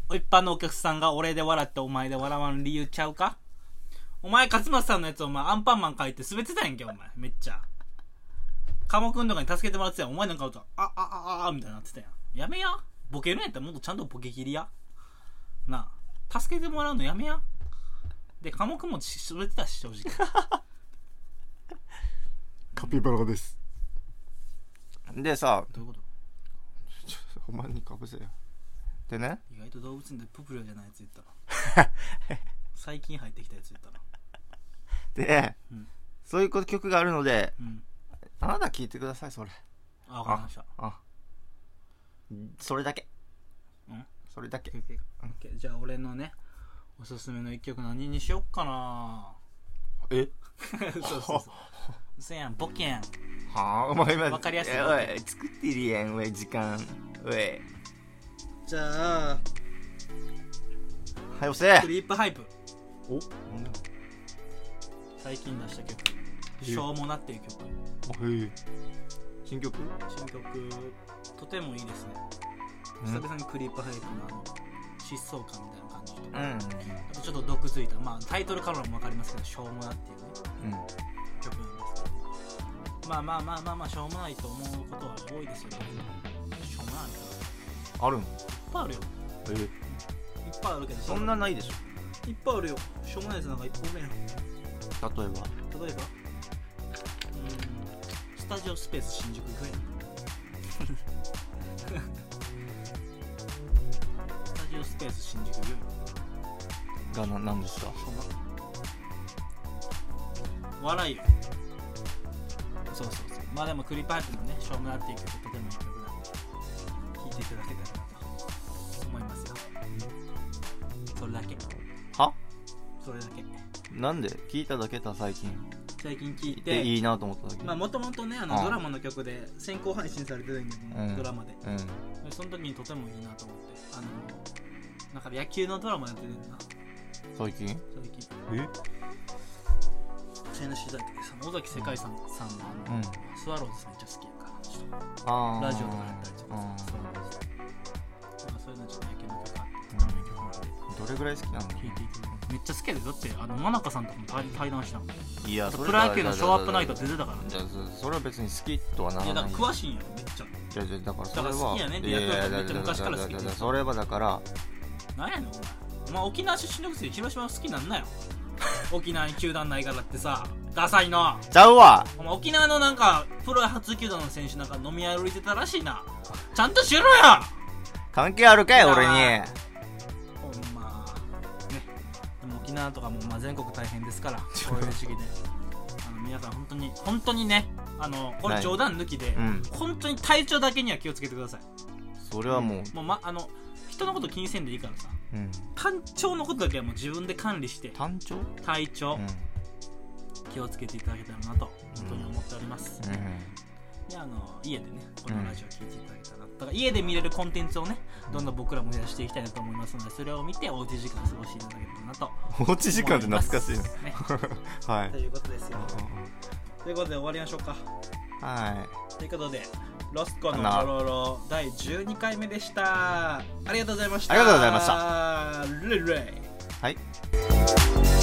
[SPEAKER 1] お一般のお客さんが俺で笑ってお前で笑わん理由ちゃうかお前勝俣さんのやつお前アンパンマン書いて滑ってたやんけお前めっちゃ鴨くんとかに助けてもらってたやんお前なんか歌ああああみたいになってたやんやめやボケるんやったらもっとちゃんとボケ切りやなあ助けてもらうのやめやで科目もし潰れてたし正直
[SPEAKER 2] カピバラですでさ
[SPEAKER 1] どういうこと
[SPEAKER 2] ちょお前にかぶせよでね
[SPEAKER 1] 意外と動物園でププラじゃないやつ言ったな最近入ってきたやつ言ったな
[SPEAKER 2] で、
[SPEAKER 1] うん
[SPEAKER 2] そういう曲があるので
[SPEAKER 1] うん
[SPEAKER 2] あなた聞いてくださいそれ
[SPEAKER 1] あわかりました
[SPEAKER 2] あそれだけ
[SPEAKER 1] うん
[SPEAKER 2] それだけ
[SPEAKER 1] OK OK じゃあ俺のねおすすめの一曲何にしよっかな
[SPEAKER 2] え
[SPEAKER 1] そうそうそうせやんボケやん
[SPEAKER 2] はあお前今
[SPEAKER 1] わかりやすい
[SPEAKER 2] えおい作ってるやんおい時間おい
[SPEAKER 1] じゃあ
[SPEAKER 2] はい押せ
[SPEAKER 1] クリープハイプ
[SPEAKER 2] お
[SPEAKER 1] 最近出した曲しょうもなっていう曲
[SPEAKER 2] へえ新曲
[SPEAKER 1] 新曲とてもいいですね久々にクリープハイプのあの疾走感みたいな感じと
[SPEAKER 2] う
[SPEAKER 1] か、
[SPEAKER 2] ん
[SPEAKER 1] あとちょっと毒づいた、まあ、タイトルからも分かりますけど「しょうもな」っていうね
[SPEAKER 2] うん
[SPEAKER 1] 曲なんですけどまあまあまあまあまあしょうもないと思うことは多いですよねしょうもないかないっ
[SPEAKER 2] あるの
[SPEAKER 1] ぱいあるよ
[SPEAKER 2] え
[SPEAKER 1] いっぱいあるけど
[SPEAKER 2] そんなないでしょ
[SPEAKER 1] いっぱいあるよしょうもないやつなんかいっぱい多いやん
[SPEAKER 2] 例えば
[SPEAKER 1] 例えばうんスタジオスペース新宿行くやんスタジオスペース新宿行くやん
[SPEAKER 2] がな何ですか
[SPEAKER 1] 笑いよそうそうそうまあでもクリパイプのね「しょうもな」っていう曲とてもいい曲なんで聴いていただけたらなと思いますよそれだけ
[SPEAKER 2] は
[SPEAKER 1] それだけ
[SPEAKER 2] なんで聞いただけだ最近
[SPEAKER 1] 最近聴い
[SPEAKER 2] で
[SPEAKER 1] て
[SPEAKER 2] いいなと思っただけ
[SPEAKER 1] まあもともとねあ
[SPEAKER 2] あ
[SPEAKER 1] の
[SPEAKER 2] あ
[SPEAKER 1] ドラマの曲で先行配信されてたんやけど、
[SPEAKER 2] うん
[SPEAKER 1] ドラマで
[SPEAKER 2] うん
[SPEAKER 1] でその時にとてもいいなと思ってあのなんか野球のドラマやってるんな
[SPEAKER 2] 最近
[SPEAKER 1] 最近
[SPEAKER 2] え
[SPEAKER 1] 千主だけでその尾崎世界さんさんのあの、
[SPEAKER 2] うん
[SPEAKER 1] スワローズめっちゃ好きやからあの人
[SPEAKER 2] あー
[SPEAKER 1] ラジオとかやったりとか
[SPEAKER 2] あ
[SPEAKER 1] さ、そうなんですよなんかそういうのちょっと野球の曲あって、
[SPEAKER 2] う
[SPEAKER 1] 野
[SPEAKER 2] ん
[SPEAKER 1] 球の曲なんで、
[SPEAKER 2] ーどれぐらい好きなの
[SPEAKER 1] 聴いていただいてめっちゃ好きやで、だって、あの、真中さんとも対対談したの。
[SPEAKER 2] いやそれ
[SPEAKER 1] プロ野球のショーアップナイト出てたからね。
[SPEAKER 2] じゃあそそれは別に好きとはなら
[SPEAKER 1] い
[SPEAKER 2] な
[SPEAKER 1] や、
[SPEAKER 2] い
[SPEAKER 1] だから詳しいんやろ、めっちゃ。
[SPEAKER 2] じゃあじゃあだからそ
[SPEAKER 1] だ
[SPEAKER 2] れ
[SPEAKER 1] から
[SPEAKER 2] は
[SPEAKER 1] 好きやねって
[SPEAKER 2] いやいやいや
[SPEAKER 1] 野球はめっちゃ昔から好きって
[SPEAKER 2] い
[SPEAKER 1] 言
[SPEAKER 2] や
[SPEAKER 1] って
[SPEAKER 2] いや
[SPEAKER 1] た
[SPEAKER 2] それはだから
[SPEAKER 1] なんやねん、お前。お前、沖縄出身のくせに広島好きなんなよ。沖縄に球団ないからってさ、ダサいな。
[SPEAKER 2] ちゃうわ
[SPEAKER 1] お前、沖縄のなんか、プロ初球団の選手なんか飲み歩いてたらしいな。ちゃんとしろよ
[SPEAKER 2] 関係ある
[SPEAKER 1] い
[SPEAKER 2] かい
[SPEAKER 1] やー
[SPEAKER 2] 俺に
[SPEAKER 1] ほんまねでも沖縄とかもまあ全国大変ですから共栄主 義であの皆さん本当に本当にねあのこれ
[SPEAKER 2] はい
[SPEAKER 1] 冗談抜きで、
[SPEAKER 2] うん
[SPEAKER 1] 本当に体調だけには気をつけてください
[SPEAKER 2] それはもう
[SPEAKER 1] もう、ま、あの人のこと気にせんでいいからさ
[SPEAKER 2] うん
[SPEAKER 1] 単調のことだけはもう自分で管理して
[SPEAKER 2] 単調う
[SPEAKER 1] 体調
[SPEAKER 2] ん
[SPEAKER 1] 気をつけていただけたらなと本当に思っております、
[SPEAKER 2] う
[SPEAKER 1] であの家でねこのラジオ聞いていただけたらなだから家で見れるコンテンツをねどんどん僕らも増やしていきたいなと思いますのでそれを見ておうち時間過ごしていただけたらなと
[SPEAKER 2] んおうち時間って懐かしい
[SPEAKER 1] 思ま
[SPEAKER 2] の
[SPEAKER 1] すね
[SPEAKER 2] はい
[SPEAKER 1] ということですよ。
[SPEAKER 2] うん
[SPEAKER 1] ということで終わりましょうか。
[SPEAKER 2] はい
[SPEAKER 1] ということで、ロスコ
[SPEAKER 2] あ
[SPEAKER 1] の
[SPEAKER 2] な
[SPEAKER 1] ロロロ第12回目でした。ありがとうございました。。
[SPEAKER 2] ありがとうございました
[SPEAKER 1] ルイルイ
[SPEAKER 2] はい